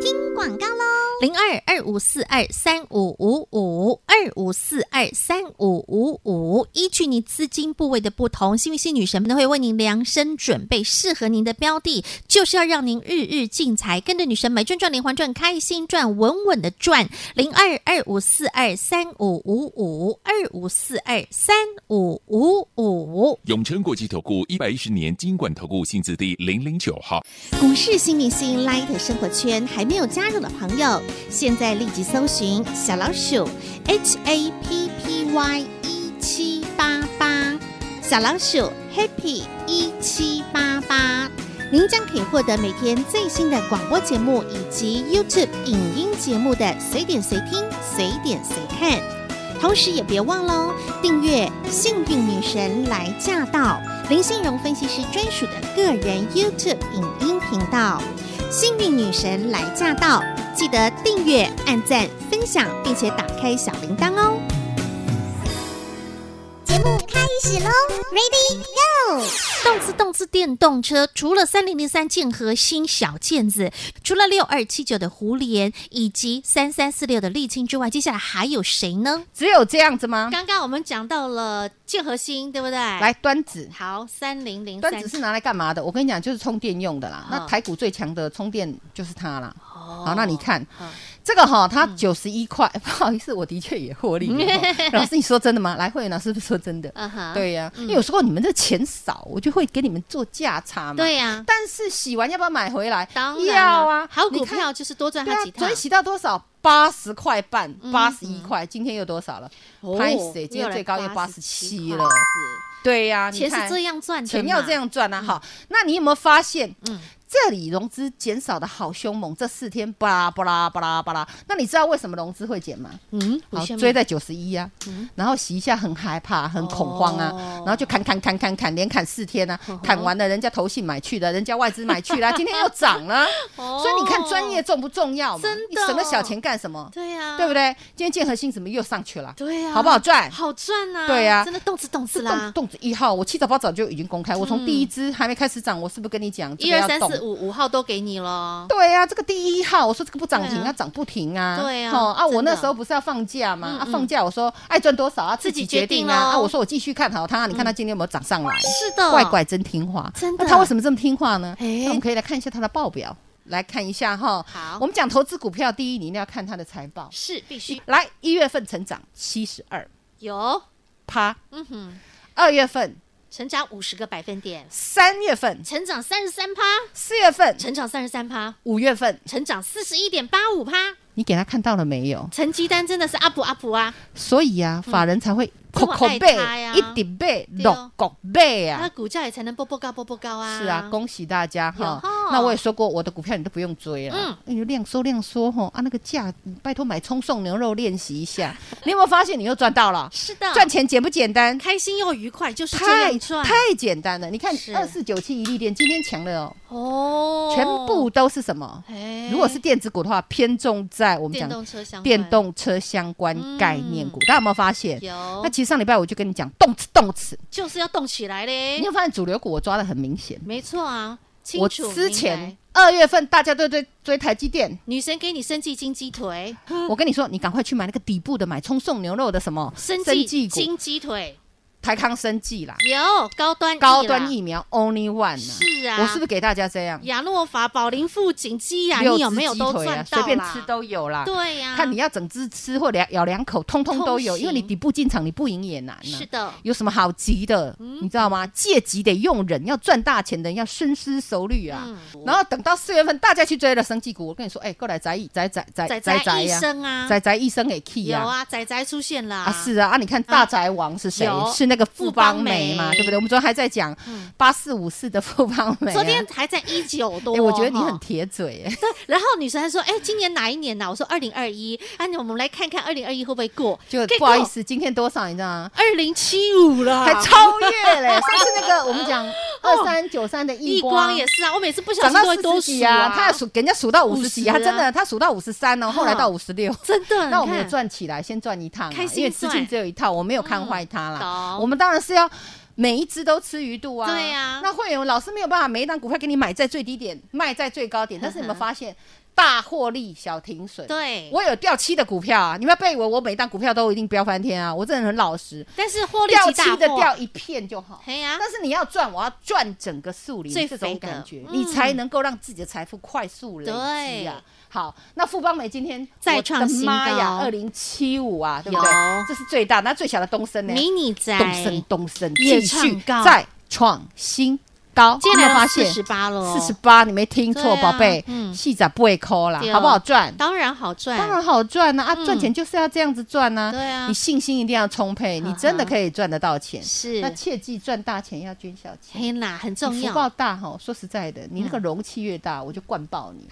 [SPEAKER 1] 听广告喽，零二二五四二三五五五二五四二三五五五。依据你资金部位的不同，幸运星女神都会为您量身准备适合您的标的，就是要让您日日进财，跟着女神买赚赚连环赚，开心赚，稳稳的赚。零二二五四二三五五五二五四二三五五五。
[SPEAKER 3] 永诚国际投顾一百一十年金管投顾性质第零零九号。
[SPEAKER 1] 股市新明星 Light 生活圈还没有加入的朋友，现在立即搜寻小老鼠 HAPPY 一七八八，小老鼠 Happy 一七八八，您将可以获得每天最新的广播节目以及 YouTube 影音节目的随点随听、随点随看。同时也别忘喽，订阅《幸运女神来驾到》林信荣分析师专属的个人 YouTube 影音频道《幸运女神来驾到》，记得订阅、按赞、分享，并且打开小铃铛哦。
[SPEAKER 4] 节目开始喽，Ready Go！
[SPEAKER 1] 动次动次电动车，除了三零零三剑和新小毽子，除了六二七九的胡莲以及三三四六的沥青之外，接下来还有谁呢？
[SPEAKER 2] 只有这样子吗？
[SPEAKER 1] 刚刚我们讲到了剑和新，对不对？来
[SPEAKER 2] 啊来，端子，
[SPEAKER 1] 好，三零零
[SPEAKER 2] 端子是拿来干嘛的？我跟你讲，就是充电用的啦。
[SPEAKER 1] 嗯
[SPEAKER 2] 那台股最强的充电就是它啦。
[SPEAKER 1] 好
[SPEAKER 2] 好，那你看
[SPEAKER 1] 嗯
[SPEAKER 2] 这个哈，它九十一块， <laughs> 不好意思，我的确也获利
[SPEAKER 1] <laughs>
[SPEAKER 2] 了哈。老师，你说真的吗？来，会员老师是不是说真的？
[SPEAKER 1] 嗯哼，
[SPEAKER 2] 对呀，因为有时候你们这钱少，我就会给你们做价差嘛。
[SPEAKER 1] 对呀、
[SPEAKER 2] 但是洗完要不要买回来？
[SPEAKER 1] 当然
[SPEAKER 2] 要
[SPEAKER 1] 了
[SPEAKER 2] 啊，
[SPEAKER 1] 好股
[SPEAKER 2] 你看
[SPEAKER 1] 票就是多赚
[SPEAKER 2] 对
[SPEAKER 1] 它
[SPEAKER 2] 啊
[SPEAKER 1] 几，趟
[SPEAKER 2] 昨天。洗到多少？八十块半
[SPEAKER 1] 嗯，哦
[SPEAKER 2] 八十一块，今天又多少了？拍死欸，今天最高又八十七了。对呀，你
[SPEAKER 1] 钱是
[SPEAKER 2] 看
[SPEAKER 1] 这样赚的嘛，
[SPEAKER 2] 钱要这样赚啊！好，那你有没有发现？
[SPEAKER 1] 嗯
[SPEAKER 2] 这里融资减少的好凶猛，这四天巴拉巴拉巴拉巴拉。那你知道为什么融资会减吗？
[SPEAKER 1] 嗯，
[SPEAKER 2] 好
[SPEAKER 1] 为什么
[SPEAKER 2] 追在九十一啊，
[SPEAKER 1] 嗯
[SPEAKER 2] 然后洗一下很害怕、
[SPEAKER 1] 哦
[SPEAKER 2] 很恐慌啊，然后就砍砍砍砍砍，连砍四天啊，
[SPEAKER 1] 嗯
[SPEAKER 2] 砍完了人家投信买去了，人家外资买去
[SPEAKER 1] <laughs>
[SPEAKER 2] 了，今天又涨了，所以你看专业重不重要
[SPEAKER 1] 哦
[SPEAKER 2] 嘛？
[SPEAKER 1] 真的
[SPEAKER 2] 你省了小钱干什么？
[SPEAKER 1] 对呀、
[SPEAKER 2] 对不对？今天建和兴怎么又上去了？
[SPEAKER 1] 对呀、
[SPEAKER 2] 好不好赚？
[SPEAKER 1] 好赚呐、
[SPEAKER 2] 对呀
[SPEAKER 1] 真的动次动次
[SPEAKER 2] 是
[SPEAKER 1] 啦
[SPEAKER 2] 动，动子一号，我七早八早就已经公开，我从第一支还没开始涨，我是不是跟你讲？这
[SPEAKER 1] 嗯一
[SPEAKER 2] 个
[SPEAKER 1] 二
[SPEAKER 2] 要
[SPEAKER 1] 三
[SPEAKER 2] 动
[SPEAKER 1] 四五五号都给你了。
[SPEAKER 2] 对啊，这个第一号，我说这个不涨停
[SPEAKER 1] 对啊
[SPEAKER 2] 啊，涨不停啊。
[SPEAKER 1] 对啊
[SPEAKER 2] 哦啊，
[SPEAKER 1] 真的
[SPEAKER 2] 我那时候不是要放假吗？
[SPEAKER 1] 嗯
[SPEAKER 2] 啊
[SPEAKER 1] 嗯，
[SPEAKER 2] 放假我说爱赚多少啊，
[SPEAKER 1] 自己
[SPEAKER 2] 决
[SPEAKER 1] 决定
[SPEAKER 2] 定
[SPEAKER 1] 咯
[SPEAKER 2] 啊。啊，我说我继续看好它，你看它今天有没有涨上来？
[SPEAKER 1] 是的，
[SPEAKER 2] 怪怪真听话，啊
[SPEAKER 1] 真的
[SPEAKER 2] 那它为什么这么听话呢？
[SPEAKER 1] 哎
[SPEAKER 2] 那我们可以来看一下它的报表，来看一下哈。
[SPEAKER 1] 好
[SPEAKER 2] 我们讲投资股票，第一你一定要看它的财报。
[SPEAKER 1] 是必须
[SPEAKER 2] 来，一月份成长七十二
[SPEAKER 1] 有，
[SPEAKER 2] 趴，
[SPEAKER 1] 嗯哼，
[SPEAKER 2] 二月份、
[SPEAKER 1] 成长五十个百分点，
[SPEAKER 2] 三月份、
[SPEAKER 1] 成长三十三趴，
[SPEAKER 2] 四月份、
[SPEAKER 1] 成长三十三趴，
[SPEAKER 2] 五月份，
[SPEAKER 1] 成长四十一点八五趴，
[SPEAKER 2] 你给他看到了没有？
[SPEAKER 1] 成绩单真的是 up up 啊，
[SPEAKER 2] 所以啊，法人才会
[SPEAKER 1] 这
[SPEAKER 2] 口
[SPEAKER 1] 么
[SPEAKER 2] 口
[SPEAKER 1] 爱
[SPEAKER 2] 倍
[SPEAKER 1] 他呀、
[SPEAKER 2] 一点倍、
[SPEAKER 1] 对哦
[SPEAKER 2] 六个倍
[SPEAKER 1] 它
[SPEAKER 2] 啊
[SPEAKER 1] 的！股价也才能波波高波波高啊。
[SPEAKER 2] 是啊，恭喜大家哈
[SPEAKER 1] 有！
[SPEAKER 2] 那我也说过，我的股票你都不用追了，
[SPEAKER 1] 嗯
[SPEAKER 2] 嗯，你就量缩量缩哈啊，那个价，你拜托买葱送牛肉练习一下。 <laughs> 你有没有发现你又赚到了？
[SPEAKER 1] 是的，
[SPEAKER 2] 赚钱简不简单？
[SPEAKER 1] 开心又愉快，就是这
[SPEAKER 2] 太
[SPEAKER 1] 样赚
[SPEAKER 2] 太简单了！你看
[SPEAKER 1] 是
[SPEAKER 2] 二四九七一利店今天强了哦，
[SPEAKER 1] 哦，
[SPEAKER 2] 全部都是什么？
[SPEAKER 1] 哎。
[SPEAKER 2] 如果是电子股的话，偏重在我们
[SPEAKER 1] 电
[SPEAKER 2] 讲
[SPEAKER 1] 动车相关嗯
[SPEAKER 2] 电动车相关概念股，大家有没有发现？
[SPEAKER 1] 有，
[SPEAKER 2] 那其实上礼拜我就跟你讲，动次动次，
[SPEAKER 1] 就是要动起来嘞
[SPEAKER 2] 你有。发现主流股我抓的很明显。
[SPEAKER 1] 没错啊，清
[SPEAKER 2] 我
[SPEAKER 1] 楚
[SPEAKER 2] 之
[SPEAKER 1] 明白
[SPEAKER 2] 前二月份大家都在追台积电，
[SPEAKER 1] <laughs> 女神给你生计金鸡腿，
[SPEAKER 2] 我跟你说，你赶快去买那个底部的，买葱送牛肉的什么
[SPEAKER 1] 生
[SPEAKER 2] 技
[SPEAKER 1] 计
[SPEAKER 2] 股，
[SPEAKER 1] 金鸡腿
[SPEAKER 2] 台康生技啦，
[SPEAKER 1] 有高端
[SPEAKER 2] 高端
[SPEAKER 1] 疫
[SPEAKER 2] 疫苗 Only One 啦，
[SPEAKER 1] 是啊，
[SPEAKER 2] 我是不是给大家这样？
[SPEAKER 1] 亚诺法、宝林富锦、基亚，
[SPEAKER 2] 六
[SPEAKER 1] 你
[SPEAKER 2] 只
[SPEAKER 1] 有没有
[SPEAKER 2] 鸡
[SPEAKER 1] 都
[SPEAKER 2] 腿啊
[SPEAKER 1] 赚到
[SPEAKER 2] 随
[SPEAKER 1] 啦？
[SPEAKER 2] 便吃都有啦。
[SPEAKER 1] 对呀，
[SPEAKER 2] 看你要整只吃或两咬两口，通通都有，
[SPEAKER 1] 通行
[SPEAKER 2] 因为你底部进场，你不赢也难啊呢、
[SPEAKER 1] 是的，
[SPEAKER 2] 有什么好急的？
[SPEAKER 1] 嗯
[SPEAKER 2] 你知道吗？借急得用人，要赚大钱的人要深思熟虑啊。
[SPEAKER 1] 嗯
[SPEAKER 2] 然后等到四月份，大家去追了生技股，我跟你说，哎、过来宅一宅宅宅
[SPEAKER 1] 仔
[SPEAKER 2] 宅
[SPEAKER 1] 仔
[SPEAKER 2] 宅
[SPEAKER 1] 医
[SPEAKER 2] 呀，
[SPEAKER 1] 生啊，
[SPEAKER 2] 宅宅一生给 key
[SPEAKER 1] 有
[SPEAKER 2] 呀。
[SPEAKER 1] 啊，仔仔出现啦，
[SPEAKER 2] 啊，是啊，啊，你看大宅王是谁
[SPEAKER 1] 有？
[SPEAKER 2] 是那个
[SPEAKER 1] 富
[SPEAKER 2] 富邦
[SPEAKER 1] 邦美嗯
[SPEAKER 2] 美嘛，对不对？我们昨天还在讲八四五四的富邦美啊。
[SPEAKER 1] 昨天还在一九多，啊
[SPEAKER 2] 哎，我觉得你
[SPEAKER 1] 哈
[SPEAKER 2] 很铁嘴，哎，
[SPEAKER 1] 然后女生还说：“哎，今年哪一年呢、我说：“二零二一。”啊，那我们来看看二零二一会不会过？
[SPEAKER 2] 就不好意，思，今天多少你知道吗？
[SPEAKER 1] 二零七五了，
[SPEAKER 2] 还超越嘞！上次那个我
[SPEAKER 1] <laughs>
[SPEAKER 2] 们讲二三九三的
[SPEAKER 1] 逆
[SPEAKER 2] 易
[SPEAKER 1] 哦光
[SPEAKER 2] 光
[SPEAKER 1] 也是啊，我每次不小
[SPEAKER 2] 涨
[SPEAKER 1] 心
[SPEAKER 2] 到
[SPEAKER 1] 都会多
[SPEAKER 2] 四十
[SPEAKER 1] 数
[SPEAKER 2] 几啊，他数给人家数到五十几，
[SPEAKER 1] 50啊
[SPEAKER 2] 他真的他数到五十三哦，后来到五十 <laughs> 六。
[SPEAKER 1] 真的，
[SPEAKER 2] 那我
[SPEAKER 1] 你看
[SPEAKER 2] 们也赚起来，先赚一趟啊，
[SPEAKER 1] 开心
[SPEAKER 2] 因为资
[SPEAKER 1] 赚
[SPEAKER 2] 金只有一套，我没有看坏它
[SPEAKER 1] 嗯
[SPEAKER 2] 啦。
[SPEAKER 1] 懂
[SPEAKER 2] 我们当然是要每一只都吃鱼肚啊。
[SPEAKER 1] 对啊
[SPEAKER 2] 那会员老师没有办法，每一档股票给你买在最低点，卖在最高点，但是你有没有发现大获利小停损？
[SPEAKER 1] 嗯对，
[SPEAKER 2] 我有掉期的股票啊，你们不要以为我每一档股票都一定飙翻天啊，我这人很老实，
[SPEAKER 1] 但是获利
[SPEAKER 2] 掉
[SPEAKER 1] 极大
[SPEAKER 2] 期的
[SPEAKER 1] 获
[SPEAKER 2] 掉，一片就好。
[SPEAKER 1] 嘿呀、
[SPEAKER 2] 但是你要赚，我要赚整个树林
[SPEAKER 1] 啊最
[SPEAKER 2] 这
[SPEAKER 1] 肥
[SPEAKER 2] 种
[SPEAKER 1] 的
[SPEAKER 2] 感觉，
[SPEAKER 1] 嗯
[SPEAKER 2] 你才能够让自己的财富快速累积啊
[SPEAKER 1] 对。
[SPEAKER 2] 好，那富邦美今天
[SPEAKER 1] 再
[SPEAKER 2] 我的
[SPEAKER 1] 创新
[SPEAKER 2] 妈呀，
[SPEAKER 1] 高
[SPEAKER 2] 二零七五啊，对不对
[SPEAKER 1] 有？
[SPEAKER 2] 这是最大，那最小的东升呢？
[SPEAKER 1] 迷你仔
[SPEAKER 2] 东升东升
[SPEAKER 1] 也
[SPEAKER 2] 继续
[SPEAKER 1] 创高
[SPEAKER 2] 再创新高，
[SPEAKER 1] 今
[SPEAKER 2] 有没
[SPEAKER 1] 天来
[SPEAKER 2] 有发
[SPEAKER 1] 到四
[SPEAKER 2] 现
[SPEAKER 1] 十八了、
[SPEAKER 2] 四十，八？你没听错，
[SPEAKER 1] 对啊
[SPEAKER 2] 宝贝
[SPEAKER 1] 嗯，
[SPEAKER 2] 细仔不会抠啦
[SPEAKER 1] 对，哦
[SPEAKER 2] 好不好赚？
[SPEAKER 1] 当然好赚，
[SPEAKER 2] 当然好赚呐！啊，
[SPEAKER 1] 嗯
[SPEAKER 2] 赚钱就是要这样子赚呐！
[SPEAKER 1] 对啊
[SPEAKER 2] 你信心一定要充沛，你真的可以赚得到钱。
[SPEAKER 1] 是
[SPEAKER 2] 那切记赚大钱要捐小钱。
[SPEAKER 1] 嘿啦，很重
[SPEAKER 2] 你福
[SPEAKER 1] 要，
[SPEAKER 2] 报大哈，说实在的，你那个容器越大，我就灌爆
[SPEAKER 1] <laughs>
[SPEAKER 2] 你。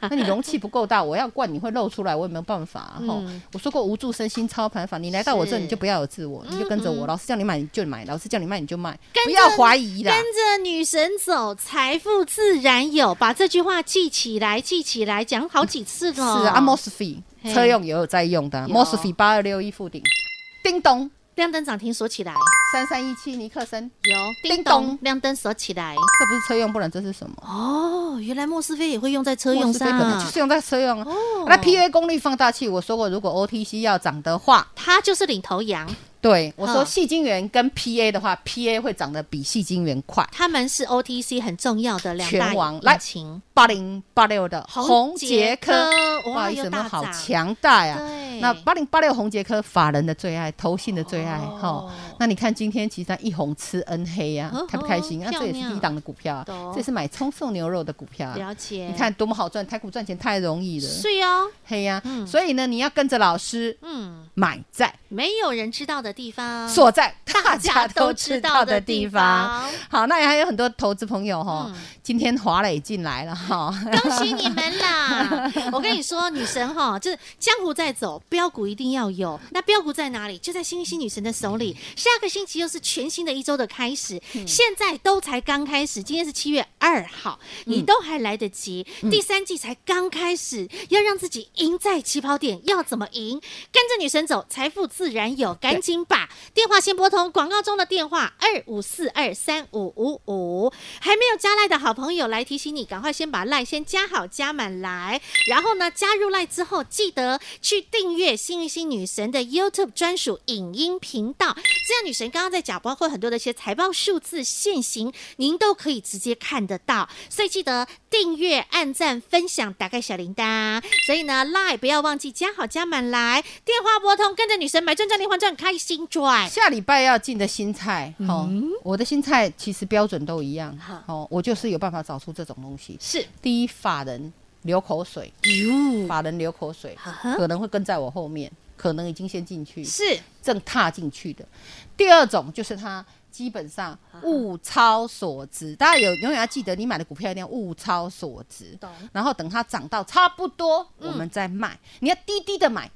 [SPEAKER 2] 那你容器不够大，我要灌你会漏出来，我也没有办法哈、吼
[SPEAKER 1] 嗯
[SPEAKER 2] 我说过无助身心操盘法，你来到我这
[SPEAKER 1] 是嗯
[SPEAKER 2] 你就不要有自我，你就跟着我，老师叫你买你就买，老师叫你卖你就卖，
[SPEAKER 1] 跟
[SPEAKER 2] 不
[SPEAKER 1] 着
[SPEAKER 2] 要怀疑啦
[SPEAKER 1] 跟。着女神走，财富自然有。把这句话记起来，记起来，讲好几次
[SPEAKER 2] 是
[SPEAKER 1] 了。
[SPEAKER 2] 啊，啊 m o s f e
[SPEAKER 1] 哦嘿
[SPEAKER 2] 车用也有在用的啊
[SPEAKER 1] 有
[SPEAKER 2] m o s f e 八二六一附顶，叮咚
[SPEAKER 1] 亮灯涨停锁起来，
[SPEAKER 2] 三三一七尼克森，
[SPEAKER 1] 有叮
[SPEAKER 2] 叮
[SPEAKER 1] 咚
[SPEAKER 2] 咚
[SPEAKER 1] 亮灯锁起来。
[SPEAKER 2] 这不是车用，不然这是什么？
[SPEAKER 1] 哦，原来莫斯菲也会用在车用
[SPEAKER 2] 莫斯菲
[SPEAKER 1] 上
[SPEAKER 2] 本来就是用在车用啊。
[SPEAKER 1] 哦
[SPEAKER 2] 那 PA 功率放大器，我说过，如果 OTC 要涨的话，
[SPEAKER 1] 它就是领头羊，
[SPEAKER 2] 对，我说
[SPEAKER 1] 嗯
[SPEAKER 2] 细晶圆跟 PA 的话，PA 会涨得比细晶圆快。
[SPEAKER 1] 他们是 OTC 很重要的两大
[SPEAKER 2] 拳王
[SPEAKER 1] 引擎。
[SPEAKER 2] 八零八六的
[SPEAKER 1] 红
[SPEAKER 2] 红
[SPEAKER 1] 杰
[SPEAKER 2] 杰
[SPEAKER 1] 科
[SPEAKER 2] 科，
[SPEAKER 1] 哇
[SPEAKER 2] 哇，有
[SPEAKER 1] 又
[SPEAKER 2] 什
[SPEAKER 1] 大
[SPEAKER 2] 么好
[SPEAKER 1] 涨
[SPEAKER 2] 强大呀、
[SPEAKER 1] 对对
[SPEAKER 2] 那八零八六红杰科，法人的最爱，投信的最爱，哈、
[SPEAKER 1] 哦
[SPEAKER 2] 那你看今天其实它一红吃 N 黑呀、
[SPEAKER 1] 呵呵
[SPEAKER 2] 开不开心？啊，
[SPEAKER 1] 漂
[SPEAKER 2] 这也是
[SPEAKER 1] 亮
[SPEAKER 2] 低档的股票啊，
[SPEAKER 1] 懂
[SPEAKER 2] 这也是买葱送牛肉的股票、啊。
[SPEAKER 1] 了解。
[SPEAKER 2] 你看多么好赚，台股赚钱太容易了，
[SPEAKER 1] 是哦，
[SPEAKER 2] 嘿呀、
[SPEAKER 1] 嗯
[SPEAKER 2] 所以呢，你要跟着老师
[SPEAKER 1] 嗯，
[SPEAKER 2] 买在
[SPEAKER 1] 没有人知道的地方，
[SPEAKER 2] 所在
[SPEAKER 1] 家
[SPEAKER 2] 大家
[SPEAKER 1] 都
[SPEAKER 2] 都
[SPEAKER 1] 知
[SPEAKER 2] 知
[SPEAKER 1] 道
[SPEAKER 2] 道
[SPEAKER 1] 的
[SPEAKER 2] 的
[SPEAKER 1] 地
[SPEAKER 2] 地
[SPEAKER 1] 方
[SPEAKER 2] 方。好，那也还有很多投资朋友哈、
[SPEAKER 1] 嗯
[SPEAKER 2] 今天华磊进来了哈， <laughs>
[SPEAKER 1] 恭喜你们啦！我跟你说，女神哈，就是江湖在走，标股一定要有。那标股在哪里？就在星星女神的手里。下个星期又是全新的一周的开始，现在都才刚开始。今天是七月二号，你都还来得及。第三季才刚开始，要让自己赢在起跑点，要怎么赢？跟着女神走，财富自然有。赶紧把电话先拨通，广告中的电话二五四二三五五五。还没有加赖的好朋友来提醒你，赶快先把赖先加好加满来，然后呢，加入赖之后，记得去订阅幸运星女神的 YouTube 专属影音频道，这样女神刚刚在讲，包括很多的一些财报数字现行，您都可以直接看得到，所以记得订阅、按赞、分享、打开小铃铛。所以呢，赖不要忘记加好加满来，电话拨通，跟着女神买赚赚连环赚，开心赚。
[SPEAKER 2] 下礼拜要进的新菜，哈、我的新菜其实标准都一样
[SPEAKER 1] 嗯好，
[SPEAKER 2] 哦，我就是有办法找出这种东西。
[SPEAKER 1] 是，
[SPEAKER 2] 第一，法人流口水，
[SPEAKER 1] 哟，
[SPEAKER 2] 法人流口水，
[SPEAKER 1] 呵呵
[SPEAKER 2] 可能会跟在我后面，可能已经先进去，
[SPEAKER 1] 是
[SPEAKER 2] 正踏进去的。第二种就是它基本上
[SPEAKER 1] 啊
[SPEAKER 2] 物超所值，大家有永远要记得，你买的股票一定要物超所值
[SPEAKER 1] 懂，嗯
[SPEAKER 2] 然后等它涨到差不多，我们再卖。你要低低的买，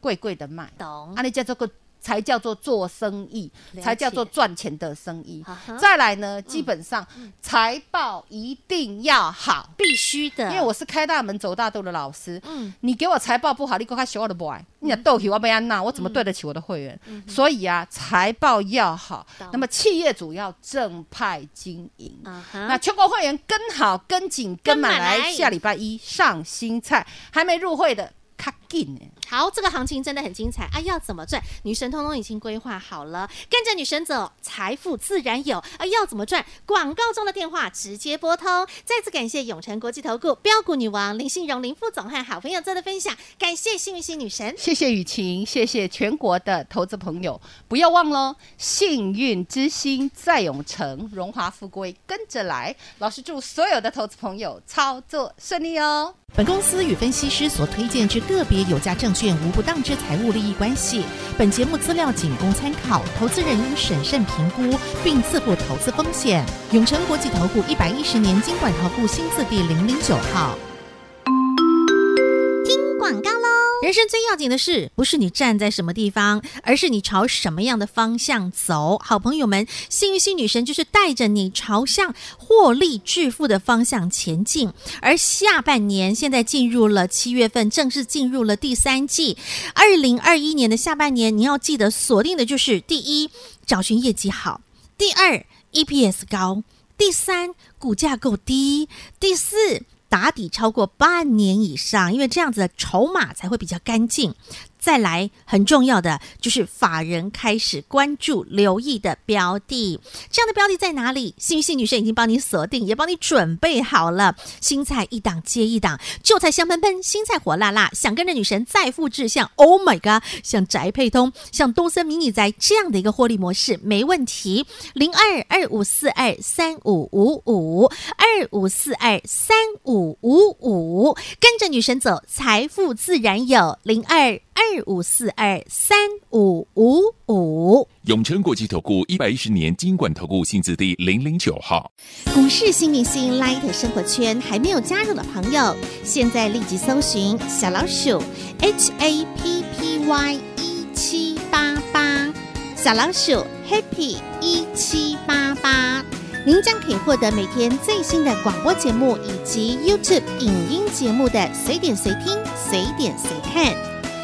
[SPEAKER 2] 贵贵的卖，
[SPEAKER 1] 懂
[SPEAKER 2] 啊，那叫做个。才叫做做生意
[SPEAKER 1] 了解，
[SPEAKER 2] 才叫做赚钱的生意
[SPEAKER 1] 啊哈。嗯
[SPEAKER 2] 再来呢，基本上财报一定要好，
[SPEAKER 1] 必须的，
[SPEAKER 2] 因为我是开大门走大路的老师，
[SPEAKER 1] 嗯
[SPEAKER 2] 你给我财报不好，你给我学我的 boy，你讲斗气我被安娜，我怎么对得起我的会员？
[SPEAKER 1] 嗯
[SPEAKER 2] 所以啊，财报要好
[SPEAKER 1] 懂，
[SPEAKER 2] 那么企业主要正派经营。
[SPEAKER 1] 啊哈
[SPEAKER 2] 那全国会员跟好、跟紧、跟满
[SPEAKER 1] 跟满来
[SPEAKER 2] 来，下礼拜一上新菜，还没入会的，卡紧呢。
[SPEAKER 1] 好，这个行情真的很精彩啊！要怎么赚？女神通通已经规划好了，跟着女神走，财富自然有啊！要怎么赚？广告中的电话直接拨通。再次感谢永诚国际投顾标股女王林信荣林副总和好朋友做的分享，感谢幸运星女神。
[SPEAKER 2] 谢谢雨晴，谢谢全国的投资朋友，不要忘了，哦幸运之星在永城，荣华富贵跟着来。老师祝所有的投资朋友操作顺利哦。
[SPEAKER 5] 本公司与分析师所推荐之个别有价证券无不当之财务利益关系。本节目资料仅供参考，投资人应审慎评估并自负投资风险。永诚国际投顾一百一十年经管投顾新字第零零九号。
[SPEAKER 4] 广告喽。
[SPEAKER 1] 人生最要紧的事，不是你站在什么地方，而是你朝什么样的方向走。好朋友们，幸运星女神就是带着你朝向获利致富的方向前进。而下半年现在进入了七月份，正式进入了第三季。二零二一年的下半年，你要记得锁定的就是第一，找寻业绩好；第二，EPS 高；第三，股价够低；第四。打底超过半年以上，因为这样子的筹码才会比较干净。再来，很重要的就是法人开始关注、留意的标的。这样的标的在哪里？幸运星女神已经帮你锁定，也帮你准备好了。新菜一档接一档，旧菜香喷喷，新菜火辣辣。想跟着女神再复制像 Oh my God，像宅配通、像东森迷你宅这样的一个获利模式，没问题。零二二五四二三五五五二五四二三五五五，跟着女神走，财富自然有。零二二五四二三五五五。
[SPEAKER 3] 永诚国际投顾一百一十年金管投顾性质第零零九号。
[SPEAKER 1] 股市新明星 Light 生活圈还没有加入的朋友，现在立即搜寻小老鼠 HAPPY 一 E 七八八，小老鼠 E Happy 一七八八，您将可以获得每天最新的广播节目以及 YouTube 影音节目的随点随听、随点随看。